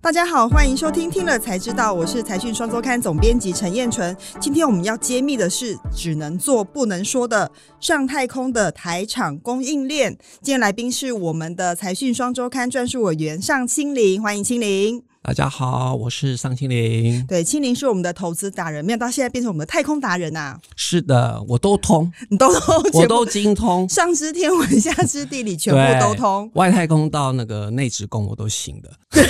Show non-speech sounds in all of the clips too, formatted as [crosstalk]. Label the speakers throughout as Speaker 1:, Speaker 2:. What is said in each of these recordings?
Speaker 1: 大家好，欢迎收听《听了才知道》，我是财讯双周刊总编辑陈燕纯。今天我们要揭秘的是只能做不能说的上太空的台场供应链。今天来宾是我们的财讯双周刊专属委员尚清林，欢迎清林。
Speaker 2: 大家好，我是尚青林。
Speaker 1: 对，清林是我们的投资达人，没有到现在变成我们的太空达人啊！
Speaker 2: 是的，我
Speaker 1: [laughs]
Speaker 2: 都通，
Speaker 1: 你都通，，
Speaker 2: 我都精通
Speaker 1: 上知天文，下知地理， [laughs] 全
Speaker 2: 对
Speaker 1: 部都通。
Speaker 2: 外太空到那个内职工我都行的。
Speaker 1: [laughs]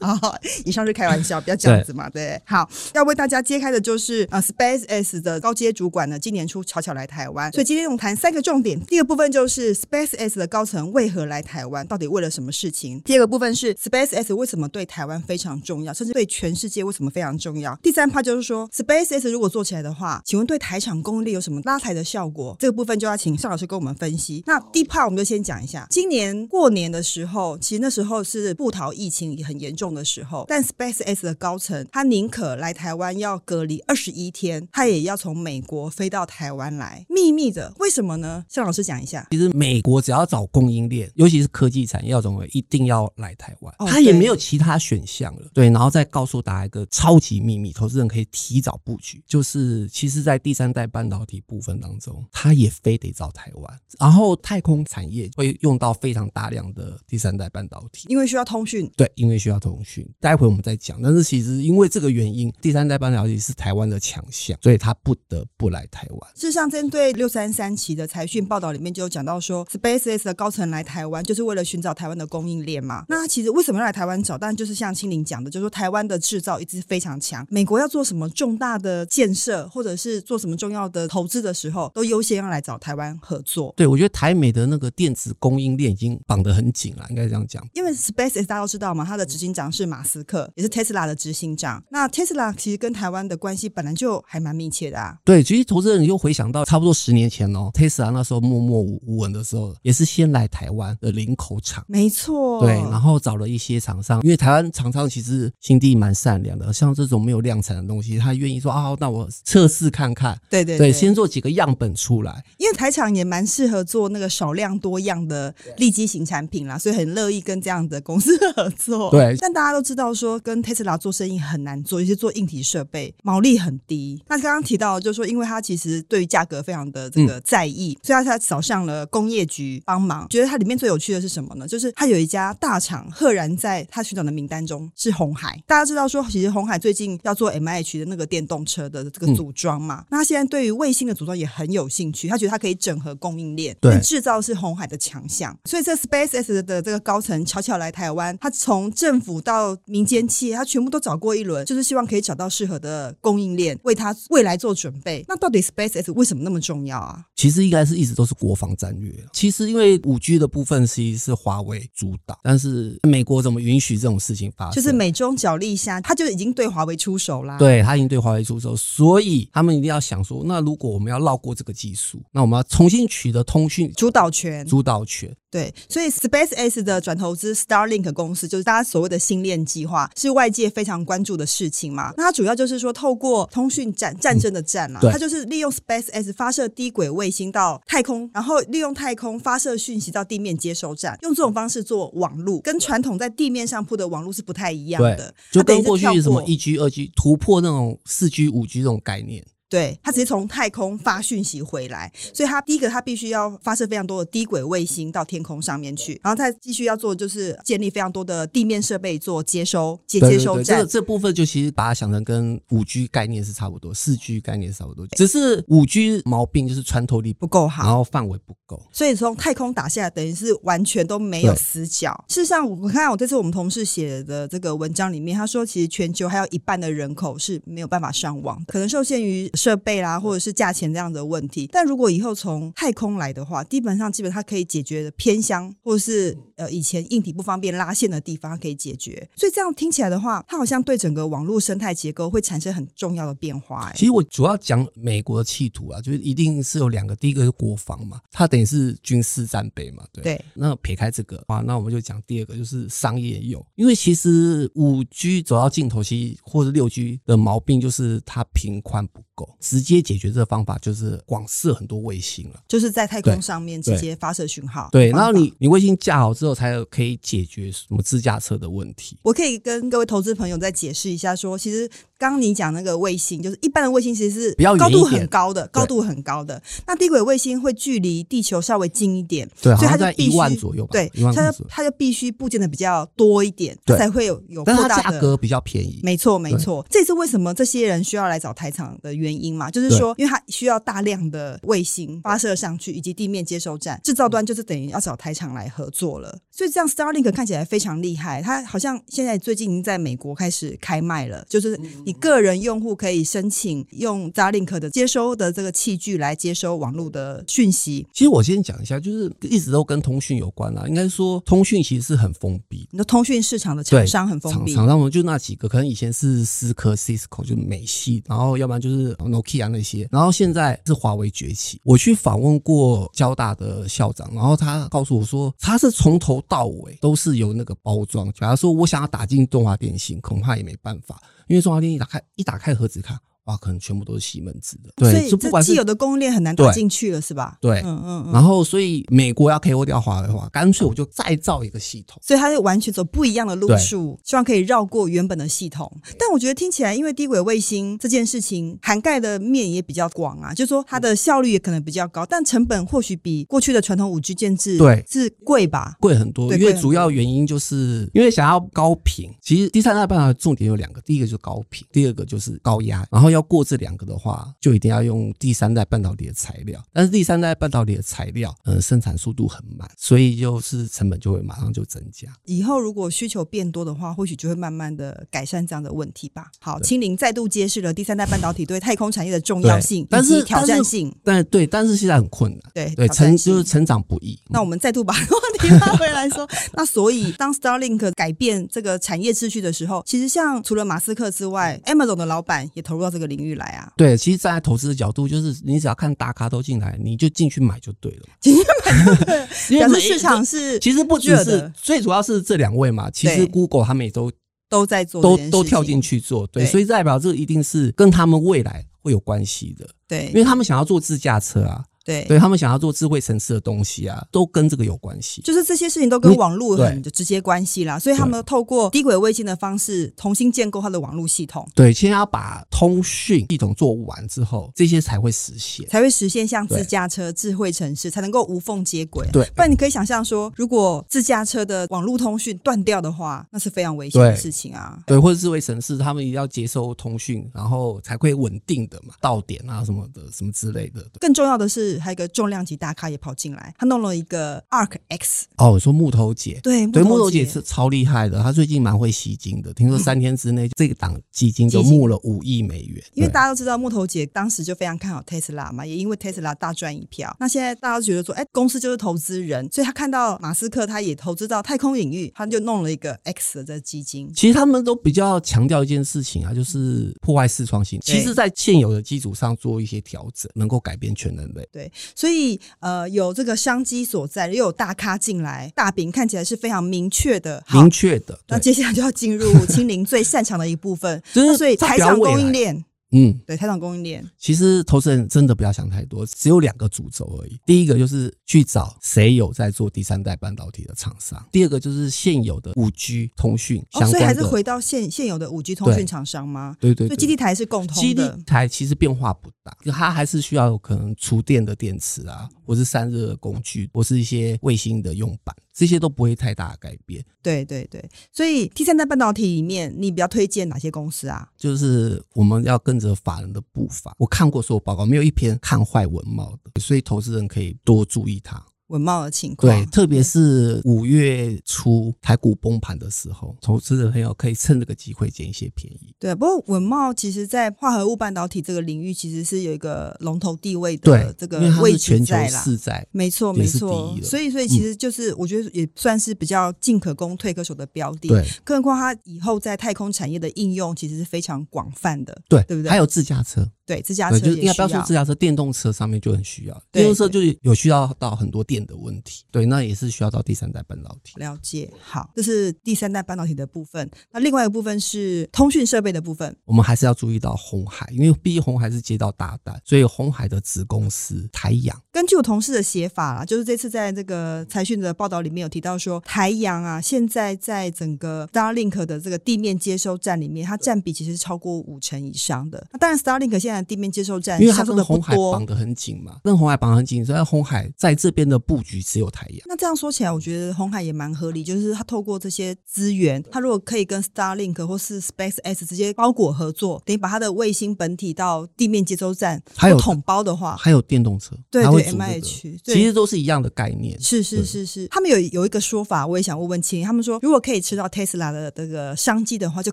Speaker 1: 啊、以上是开玩笑，不要这样子嘛。对，好，要为大家揭开的就是呃，SpaceX 的高阶主管呢，今年初悄悄来台湾，所以今天我们谈三个重点。第一个部分就是 SpaceX 的高层为何来台湾，到底为了什么事情？第二个部分是 SpaceX 为什么对台湾非常重要，甚至对全世界为什么非常重要？第三趴就是说 SpaceX 如果做起来的话，请问对台场供应链有什么拉抬的效果？这个部分就要请尚老师跟我们分析。那第一 part 我们就先讲一下，今年过年的时候，其实那时候是布桃疫情也很严重的时候，但 SpaceX 的高层他宁可来台湾要隔离二十一天，他也要从美国飞到台湾来，秘密的，为什么呢？向老师讲一下。
Speaker 2: 其实美国只要找供应链，尤其是科技产业，要怎么一定要来台湾，
Speaker 1: 哦
Speaker 2: 他也
Speaker 1: 对
Speaker 2: 没有其他选项了。对，然后再告诉大家一个超级秘密，投资人可以提早布局，就是其实，在第三代半导体部分当中，他也非得找台湾。然后太空产业会用到非常大量的第三代半导体。
Speaker 1: 因为需要通讯，
Speaker 2: 对，因为需要通讯，待会我们再讲。但是其实因为这个原因，第三代半导体是台湾的强项，所以他不得不来台湾。
Speaker 1: 事实上，针对六三三期的财讯报道里面就有讲到说，SpaceX 的高层来台湾就是为了寻找台湾的供应链嘛。那其实为什么要来台湾找？当然就是像青林讲的，就是说台湾的制造一直非常强，美国要做什么重大的建设或者是做什么重要的投资的时候，都优先要来找台湾合作。
Speaker 2: 对，我觉得台美的那个电子供应链已经绑得很紧了，应该这样讲。
Speaker 1: 因为 SpaceX 大家都知道嘛，它的执行长是马斯克，也是 Tesla 的执行长。那 Tesla 其实跟台湾的关系本来就还蛮密切的啊。
Speaker 2: 对，其实投资人又回想到差不多十年前哦，Tesla 那时候默默无无闻的时候，也是先来台湾的林口厂。
Speaker 1: 没错，
Speaker 2: 对，然后找了一些厂商，因为台湾厂商其实心地蛮善良的，像这种没有量产的东西，他愿意说啊，那我测试看看，
Speaker 1: 对对
Speaker 2: 对，先做几个样本出来，
Speaker 1: 因为台厂也蛮适合做那个少量多样的利基型产品啦，所以很乐意跟这样的公司 [laughs] 合作。
Speaker 2: 对
Speaker 1: 但大家都知道说，跟 Tesla 做生意很难做，尤其是做硬体设备，毛利很低。那刚刚提到，就是说，因为他其实对于价格非常的
Speaker 2: 嗯
Speaker 1: 这个嗯在意，所以他才找上了工业局帮忙。觉得它里面最有趣的是什么呢？就是它有一家大厂，赫然在他寻找的名单中是红海。大家知道说，其实红海最近要做 M H 的那个电动车的这个
Speaker 2: 嗯
Speaker 1: 组装嘛，那他现在对于卫星的组装也很有兴趣，他觉得它可以整合供应链，
Speaker 2: 对
Speaker 1: 所以制造是红海的强项。所以这 SpaceX 的这个高层悄悄来台湾，他从政府到民间企业，他全部都找过一轮，就是希望可以找到适合的供应链，为他未来做准备。那到底 SpaceX 为什么那么重要啊？
Speaker 2: 其实应该是一直都是国防战略。其实因为五 G 的部分其实是华为主导，但是美国怎么允许这种事情发生？
Speaker 1: 就是美中角力下，他就已经对华为出手啦。
Speaker 2: 啊对他已经对华为出手，所以他们一定要想说，那如果我们要绕过这个技术，那我们要重新取得通讯
Speaker 1: 主导权，
Speaker 2: 主导权。
Speaker 1: 对，所以 SpaceX 的转投资 Starlink 公司，就是大家所谓的星链计划，是外界非常关注的事情嘛。那它主要就是说，透过通讯战战争的战啦、
Speaker 2: 嗯对
Speaker 1: 它就是利用 SpaceX 发射低轨卫星到太空，然后利用太空发射讯息到地面接收站，用这种方式做网路，跟传统在地面上铺的网路是不太一样
Speaker 2: 对
Speaker 1: 的。，
Speaker 2: 就
Speaker 1: 它等于
Speaker 2: 跟
Speaker 1: 是
Speaker 2: 过去
Speaker 1: 跳
Speaker 2: 什么
Speaker 1: 过
Speaker 2: 一 G、二 G 突破那种四 G、五 G 这种概念。
Speaker 1: 对，它直接从太空发讯息回来，所以它第一个它必须要发射非常多的低轨卫星到天空上面去，然后再继续要做就是建立非常多的地面设备做接收接
Speaker 2: 对
Speaker 1: 接
Speaker 2: 对
Speaker 1: 收
Speaker 2: 对，这
Speaker 1: 站
Speaker 2: 个。这部分就其实把它想成跟五 G 概念是差不多，四 G 概念是差不多，只是五 G 毛病就是穿透力
Speaker 1: 不
Speaker 2: 不够，
Speaker 1: 够
Speaker 2: 然
Speaker 1: 好，
Speaker 2: 后范围不够。
Speaker 1: 所以从太空打下来，等于是完全都没有
Speaker 2: 对
Speaker 1: 死角。事实上，我看我这次我们同事写的这个文章里面，他说其实全球还有一半的人口是没有办法上网的，可能受限于设备啦，或者是价钱这样的问题。但如果以后从太空来的话，基本上基本它可以解决的偏乡或者是呃以前硬体不方便拉线的地方，它可以解决。所以这样听起来的话，它好像对整个网络生态结构会产生很重要的变化、欸。
Speaker 2: 其实我主要讲美国的企图啊，就是一定是有两个，第一个是国防嘛，它等于是军事战备嘛，对。
Speaker 1: 对，
Speaker 2: 那撇开这个啊，那我们就讲第二个，就是商业用。因为其实五 G 走到尽头，其实或者六 G 的毛病就是它频宽不够，球。直接解决这个方法就是广设很多卫星了。
Speaker 1: 就是在太空
Speaker 2: 对
Speaker 1: 上面直接发射讯号。
Speaker 2: 对，
Speaker 1: 方
Speaker 2: 然
Speaker 1: 法
Speaker 2: 后你你卫星架好之后，才有可以解决什么自驾车的问题。
Speaker 1: 我可以跟各位投资朋友再解释一下说其实刚刚你讲那个卫星，就是一般的卫星其实是
Speaker 2: 比较远
Speaker 1: 高度
Speaker 2: 一点
Speaker 1: 很高的，高度很高的。那低轨卫星会距离地球稍微近一点，
Speaker 2: 对，好
Speaker 1: 所以它
Speaker 2: 像
Speaker 1: 就
Speaker 2: 在
Speaker 1: 必须
Speaker 2: 一万左右吧，
Speaker 1: 对
Speaker 2: 一，万
Speaker 1: 它
Speaker 2: 公
Speaker 1: 就
Speaker 2: 尺，
Speaker 1: 它就必须部件的比较多一点，它
Speaker 2: 对
Speaker 1: 才会有有
Speaker 2: 但
Speaker 1: 扩
Speaker 2: 是它
Speaker 1: 大
Speaker 2: 价
Speaker 1: 的。
Speaker 2: 格比较便宜。
Speaker 1: 没错，没
Speaker 2: 对
Speaker 1: 错，这也是为什么这些人需要来找台厂的原因嘛，就是说，因为它需要大量的卫星发射上去，以及地面接收站，制造端就是等于要找台厂来合作了。所以这样，Starlink 看起来非常厉害，它好像现在最近已经在美国开始开卖了，就是你个人用户可以申请用 Starlink 的接收的这个器具来接收网络的讯息。
Speaker 2: 其实我先讲一下，就是一直都跟通讯有关啦。应该说，通讯其实是很封闭的。
Speaker 1: 你的通讯市场的
Speaker 2: 对
Speaker 1: 厂商很封
Speaker 2: 厂
Speaker 1: 闭，
Speaker 2: 厂商就那几个，可能以前是思科、Cisco 就是美系，然后要不然就是 Nokia 那些，然后现在是华为崛起。我去访问过交大的校长，然后他告诉我说，他是从头到尾都是由那个包装。假如说我想要打进中华电信，恐怕也没办法，因为中华电信打开一打开盒子看，哇，可能全部都是西门子的。
Speaker 1: 所
Speaker 2: 对，
Speaker 1: 以
Speaker 2: 就不
Speaker 1: 这
Speaker 2: 管是
Speaker 1: 既有的供应链很难打
Speaker 2: 对
Speaker 1: 进去了，是吧？
Speaker 2: 对
Speaker 1: 嗯嗯嗯。
Speaker 2: 然后，所以美国要 KO 掉华为的话，干脆我就再造一个系统。
Speaker 1: 所以它就完全走不一样的路
Speaker 2: 对
Speaker 1: 数，希望可以绕过原本的系统。但我觉得听起来，因为低轨卫星这件事情涵盖的面也比较广啊，就是说它的效率也可能比较高，但成本或许比过去的传统五 G 建制
Speaker 2: 对
Speaker 1: 是贵吧？
Speaker 2: 贵很多，
Speaker 1: 对
Speaker 2: 因
Speaker 1: 贵
Speaker 2: 为
Speaker 1: 很
Speaker 2: 主要原因就是因为想要高频。其实第三代办法重点有两个，第一个就是高频，第二个就是高压。然后要过这两个的话，就一定要用第三代半导体的材料。但是第三代半导体的材料，嗯、生产速度很慢，所以就是成本就会马上就增加。
Speaker 1: 以后如果需求变多的话，或许就会慢慢的改善这样的问题吧。好，
Speaker 2: 对
Speaker 1: 清零再度揭示了第三代半导体对太空产业的重要性
Speaker 2: 对但
Speaker 1: 以及
Speaker 2: 是
Speaker 1: 挑战性。
Speaker 2: 但是对，但是现在很困难，
Speaker 1: 对
Speaker 2: 对，
Speaker 1: 挑战
Speaker 2: 成
Speaker 1: 性
Speaker 2: 就是成长不易。
Speaker 1: 那我们再度把 [laughs] 话题拉回来说，那所以当 Starlink 改变这个产业秩序的时候，其实像除了马斯克之外，Amazon
Speaker 2: 嗯
Speaker 1: 的老板也投入到这个领域来啊。
Speaker 2: 对，其实站在投资的角度，就是你只要看大咖都进来，你就进去买就对了。进 [laughs] 去买，
Speaker 1: 表示市场是
Speaker 2: 其实不只
Speaker 1: 热
Speaker 2: 是
Speaker 1: 的
Speaker 2: 最主要是这两位嘛，其
Speaker 1: 对
Speaker 2: 实 Google 他们也都
Speaker 1: 都在做，
Speaker 2: 都都跳进
Speaker 1: 去。
Speaker 2: 去做，对，
Speaker 1: 对
Speaker 2: 所以代表这一定是跟他们未来会有关系的，因
Speaker 1: 对
Speaker 2: 为他们想要做自驾车啊，
Speaker 1: 对
Speaker 2: 对他们想要做智慧城市的东西啊，都跟这个有关系。
Speaker 1: 就是这些事情都跟
Speaker 2: 你
Speaker 1: 网络很
Speaker 2: 对
Speaker 1: 直接关系啦，所以他们透过低轨卫星的方式重新建构它的网络系统，
Speaker 2: 对，先要把通讯系统做完之后，这些才会实现。
Speaker 1: 才会实现像自
Speaker 2: 对
Speaker 1: 驾车、智慧城市才能够无缝接轨。
Speaker 2: 对
Speaker 1: 不然你可以想象说，如果自驾车的网络通讯断掉的话，那是非常危险的
Speaker 2: 对
Speaker 1: 事情啊。
Speaker 2: 对，或者智慧城市，他们也要接收通讯，然后才会稳定的嘛，到点啊什么的，什么之类的。对
Speaker 1: 更重要的是，还有一个重量级大咖也跑进来，他弄了一个 Arc X，
Speaker 2: 哦，你说木头姐，
Speaker 1: 对，
Speaker 2: 对，木
Speaker 1: 头嗯
Speaker 2: 头姐是超厉害的，她最近蛮会吸金的，听说三天之内这个档基金就募了五亿美元，
Speaker 1: 因为
Speaker 2: 对
Speaker 1: 大家都知道木头姐当时就非常看好 Tesla 嘛，也因为 Tesla 大赚一票。那现在大家都觉得说，哎，公司就是投资人，所以他看到马斯克他也投资到太空领域，他就弄了一个 X 的这基金。
Speaker 2: 其实他们都比较强调一件事情啊，就是破坏式创新。
Speaker 1: 对
Speaker 2: 其实，在现有的基础上做一些调整，能够改变全人类。
Speaker 1: 所以呃，有这个商机所在，又有大咖进来，大饼看起来是非常明确的。好
Speaker 2: 明，确的，
Speaker 1: 那
Speaker 2: 对，
Speaker 1: 接下来就要进入清零最擅长的一部
Speaker 2: [laughs]
Speaker 1: 分，
Speaker 2: 就
Speaker 1: 那
Speaker 2: 是
Speaker 1: 所以
Speaker 2: 代
Speaker 1: 台
Speaker 2: 表
Speaker 1: 厂
Speaker 2: 未
Speaker 1: 供应
Speaker 2: 来。
Speaker 1: 链，
Speaker 2: 嗯，
Speaker 1: 对台厂供应链，
Speaker 2: 其实投资人真的不要想太多，只有两个主轴而已。第一个就是去找谁有在做第三代半导体的厂商，第二个就是现有的五 G 通讯
Speaker 1: 哦，
Speaker 2: 相
Speaker 1: 所以还
Speaker 2: 关
Speaker 1: 是
Speaker 2: 的。
Speaker 1: 回到现现有的五 G 通
Speaker 2: 对
Speaker 1: 讯厂商吗？
Speaker 2: 对对
Speaker 1: 所
Speaker 2: 对，
Speaker 1: 以基地台是共
Speaker 2: 基
Speaker 1: 通
Speaker 2: 地
Speaker 1: 的。
Speaker 2: 台其实变化不大，它还是需要有可能厨电的电池啊，或是散热的工具，或是一些卫星的用板，这些都不会太大的改变。
Speaker 1: 对对对，所以第三代半导体里面，你比较推荐哪些公司啊？
Speaker 2: 就是我们要跟着法人的步伐。我看过所有报告，没有一篇看坏文茂的，所以投资人可以多注意它。
Speaker 1: 文茂的情况，
Speaker 2: 对，特别是五月初台股崩盘的时候，投资人朋友可以趁这个机会捡一些便宜。
Speaker 1: 对不过文茂其实在化合物半导体这个领域，其实是有一个龙头地位
Speaker 2: 对
Speaker 1: 的，这
Speaker 2: 因为
Speaker 1: 个
Speaker 2: 它
Speaker 1: 位
Speaker 2: 是
Speaker 1: 置
Speaker 2: 全球
Speaker 1: 在啦。
Speaker 2: 市在
Speaker 1: 没错，没
Speaker 2: 也是
Speaker 1: 错
Speaker 2: 第一，了
Speaker 1: 所以所以其实就是我觉得也算是比较进可攻退可守的标的，
Speaker 2: 对。
Speaker 1: 更何况它以后在太空产业的应用其实是非常广泛的，
Speaker 2: 对，
Speaker 1: 对不对
Speaker 2: 还有自驾车，
Speaker 1: 对，自驾车
Speaker 2: 对，就是
Speaker 1: 也
Speaker 2: 应该
Speaker 1: 需
Speaker 2: 不要说自驾车，电动车上面就很需要。电
Speaker 1: 对
Speaker 2: 动车就是有需要到很多电的问题，对，那也是需要到第三代半导体。
Speaker 1: 了解，好，这是第三代半导体的部分。那另外一个部分是通讯设备的部分。
Speaker 2: 我们还是要注意到红海，因为毕竟红海是接到大单，所以红海的子公司台阳，
Speaker 1: 根据我同事的写法啦，就是这次在这个财讯的报道里面有提到说，台阳啊，现在在整个 Starlink 的这个地面接收站里面，它占比其实是超过五成以上的。那当然，Starlink 现在的地面接收站
Speaker 2: 因为它
Speaker 1: 销售
Speaker 2: 跟
Speaker 1: 的不
Speaker 2: 红海绑
Speaker 1: 多。
Speaker 2: 得很紧嘛，跟红海绑得很紧，所以红海在这边的布局只有台阳。
Speaker 1: 那这样说起来，我觉得红海也蛮合理，就是它透过这些资源，它如果可以跟 Starlink 或是 SpaceX 直接包裹合作，等于把它的卫星本体到地面接收站
Speaker 2: 还有
Speaker 1: 做统包的话，
Speaker 2: 还有电动车，
Speaker 1: 对
Speaker 2: 它会
Speaker 1: 对
Speaker 2: 组这个
Speaker 1: MIH 对
Speaker 2: 其实都是一样的概念。
Speaker 1: 是是
Speaker 2: 对
Speaker 1: 是是，他们有有一个说法，我也想问问青，他们说如果可以吃到 Tesla 的这个商机的话，就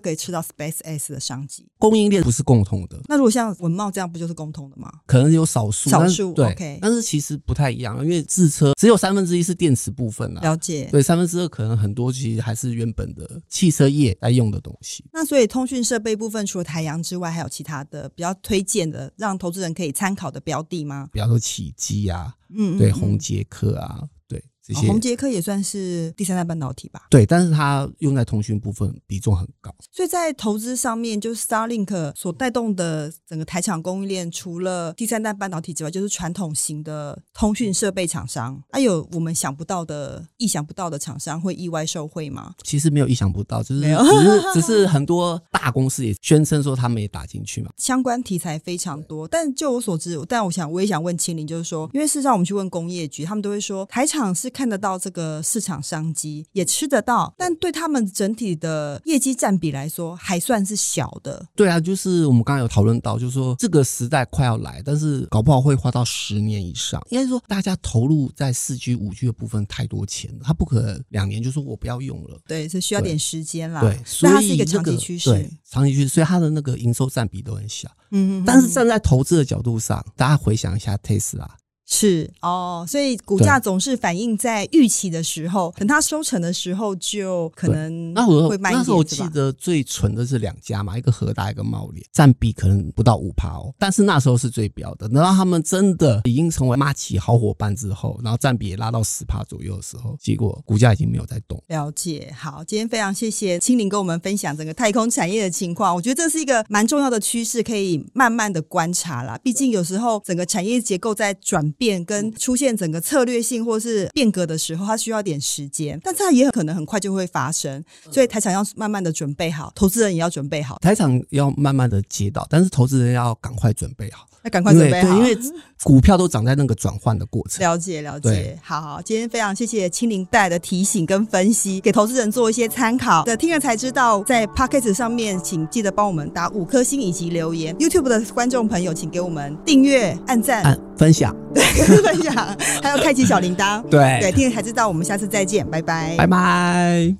Speaker 1: 可以吃到 SpaceX 的商机。
Speaker 2: 供应链不是共同的，
Speaker 1: 那如果像文茂这样，不就是共通的吗？
Speaker 2: 可能有少数，
Speaker 1: 少
Speaker 2: 但是
Speaker 1: 数
Speaker 2: 对
Speaker 1: OK
Speaker 2: 但是其实不太一样，因为自车只有三分之一是电池部分啊，
Speaker 1: 了解。
Speaker 2: 对，三分之二可能很多其实还是原本的汽车业在用的东西。
Speaker 1: 那所以通讯设备部分，除了台阳之外，还有其他的比较推荐的，让投资人可以参考的标的吗？
Speaker 2: 比方说起机啊，
Speaker 1: 嗯，嗯
Speaker 2: 对，
Speaker 1: 嗯
Speaker 2: 红杰克啊，对这
Speaker 1: 哦
Speaker 2: 些，
Speaker 1: 红杰克也算是第三代半导体吧。
Speaker 2: 对，但是它用在通讯部分比重很高。
Speaker 1: 所以在投资上面，就是 Starlink 所带动的整个台厂供应链，除了第三代半导体之外，就是传统型的通讯设备厂商，还有我们想不到的、意想不到的厂商会意外受惠吗？
Speaker 2: 其实没有意想不到，就是
Speaker 1: 没有
Speaker 2: 只是
Speaker 1: [laughs]
Speaker 2: 只是很多大公司也宣称说他们也打进去嘛，
Speaker 1: 相关题材非常多，但就我所知，但我想我也想问青林，就是说，因为事实上我们去问工业局，他们都会说台厂是看得到这个市场商机，也吃得到，但对他们整体的业绩占比来说，还算是小的。
Speaker 2: 对啊，就是我们刚刚有讨论到，就是说这个时代快要来，但是搞不好会花到十年以上。应该说，大家投入在四 G、五 G 的部分太多钱了，他不可能两年就说我不要用了。
Speaker 1: 对，是需要
Speaker 2: 对
Speaker 1: 点时间啦。
Speaker 2: 对，所
Speaker 1: 啊那
Speaker 2: 以
Speaker 1: 它是一个长
Speaker 2: 那
Speaker 1: 期
Speaker 2: 个
Speaker 1: 趋势。
Speaker 2: 对长期趋势，所以它的那个营收占比都很小。
Speaker 1: 嗯，
Speaker 2: 但是站在投资的角度上，大家回想一下 Tesla，
Speaker 1: 是哦，所以股价总是反映在预期的时候，等它收成的时候就可能
Speaker 2: 那我
Speaker 1: 会慢
Speaker 2: 那
Speaker 1: 一
Speaker 2: 时候我
Speaker 1: 点，
Speaker 2: 记
Speaker 1: 是吧？
Speaker 2: 得最纯的是两家嘛，一个和大，一个茂联，占比可能不到五趴哦。但是那时候是最标的，等到他们真的已经成为马奇好伙伴之后，然后占比也拉到十趴左右的时候，结果股价已经没有在动。
Speaker 1: 了解，好，今天非常谢谢青林跟我们分享整个太空产业的情况，我觉得这是一个蛮重要的趋势，可以慢慢的观察啦。毕竟有时候整个产业结构在转变跟出现整个策略性或是变革的时候，它需要点时间，但它也可能很快就会发生，所以台场要慢慢的准备好，投资人也要准备好，
Speaker 2: 台场要慢慢的接到，但是投资人要赶快准备好，
Speaker 1: 那赶快准备好，
Speaker 2: 因为对，因为股票都涨在那个转换的过程。
Speaker 1: 了解了解
Speaker 2: 对，
Speaker 1: 好好，今天非常谢谢青林带来的提醒跟分析，给投资人做一些参考。的听了才知道，在 p o c k e t 上面，请记得帮我们打五颗星以及留言。YouTube 的观众朋友，请给我们订阅、按赞、
Speaker 2: 按分享，
Speaker 1: [laughs] 分享，还有开启小铃铛。
Speaker 2: 对
Speaker 1: 对，听了才知道，我们下次再见，拜拜
Speaker 2: 拜拜。